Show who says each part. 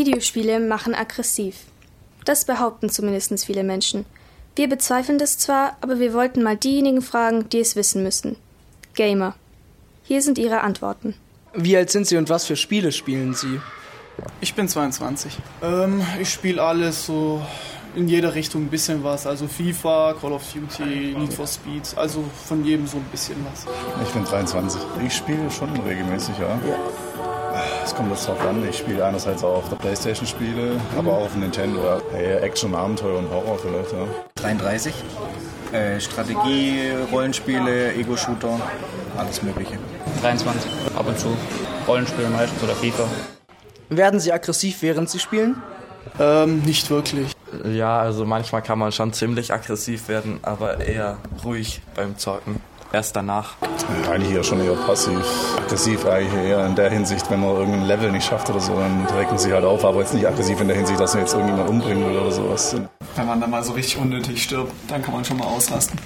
Speaker 1: Videospiele machen aggressiv. Das behaupten zumindest viele Menschen. Wir bezweifeln das zwar, aber wir wollten mal diejenigen fragen, die es wissen müssen. Gamer. Hier sind ihre Antworten.
Speaker 2: Wie alt sind Sie und was für Spiele spielen Sie?
Speaker 3: Ich bin 22.
Speaker 4: Ähm, ich spiele alles so in jeder Richtung ein bisschen was. Also FIFA, Call of Duty, Need for Speed. Also von jedem so ein bisschen was.
Speaker 5: Ich bin 23. Ich spiele schon regelmäßig, ja. Es kommt jetzt drauf an. Ich spiele einerseits auch auf der Playstation Spiele, aber auch auf dem Nintendo. Ja. Hey, Action, Abenteuer und Horror vielleicht, ja.
Speaker 6: 33. Äh, Strategie, Rollenspiele, Ego-Shooter, alles Mögliche.
Speaker 7: 23. Ab und zu. Rollenspiele meistens oder FIFA.
Speaker 2: Werden Sie aggressiv, während Sie spielen?
Speaker 4: Ähm, nicht wirklich.
Speaker 8: Ja, also manchmal kann man schon ziemlich aggressiv werden, aber eher ruhig beim Zocken. Erst danach.
Speaker 5: Ja, Eigentlich eher schon eher passiv. Aggressiv eigentlich eher in der Hinsicht, wenn man irgendein Level nicht schafft oder so, dann regt man sich halt auf. Aber jetzt nicht aggressiv in der Hinsicht, dass man jetzt irgendjemand umbringen will oder sowas.
Speaker 3: Wenn man dann mal so richtig unnötig stirbt, dann kann man schon mal ausrasten.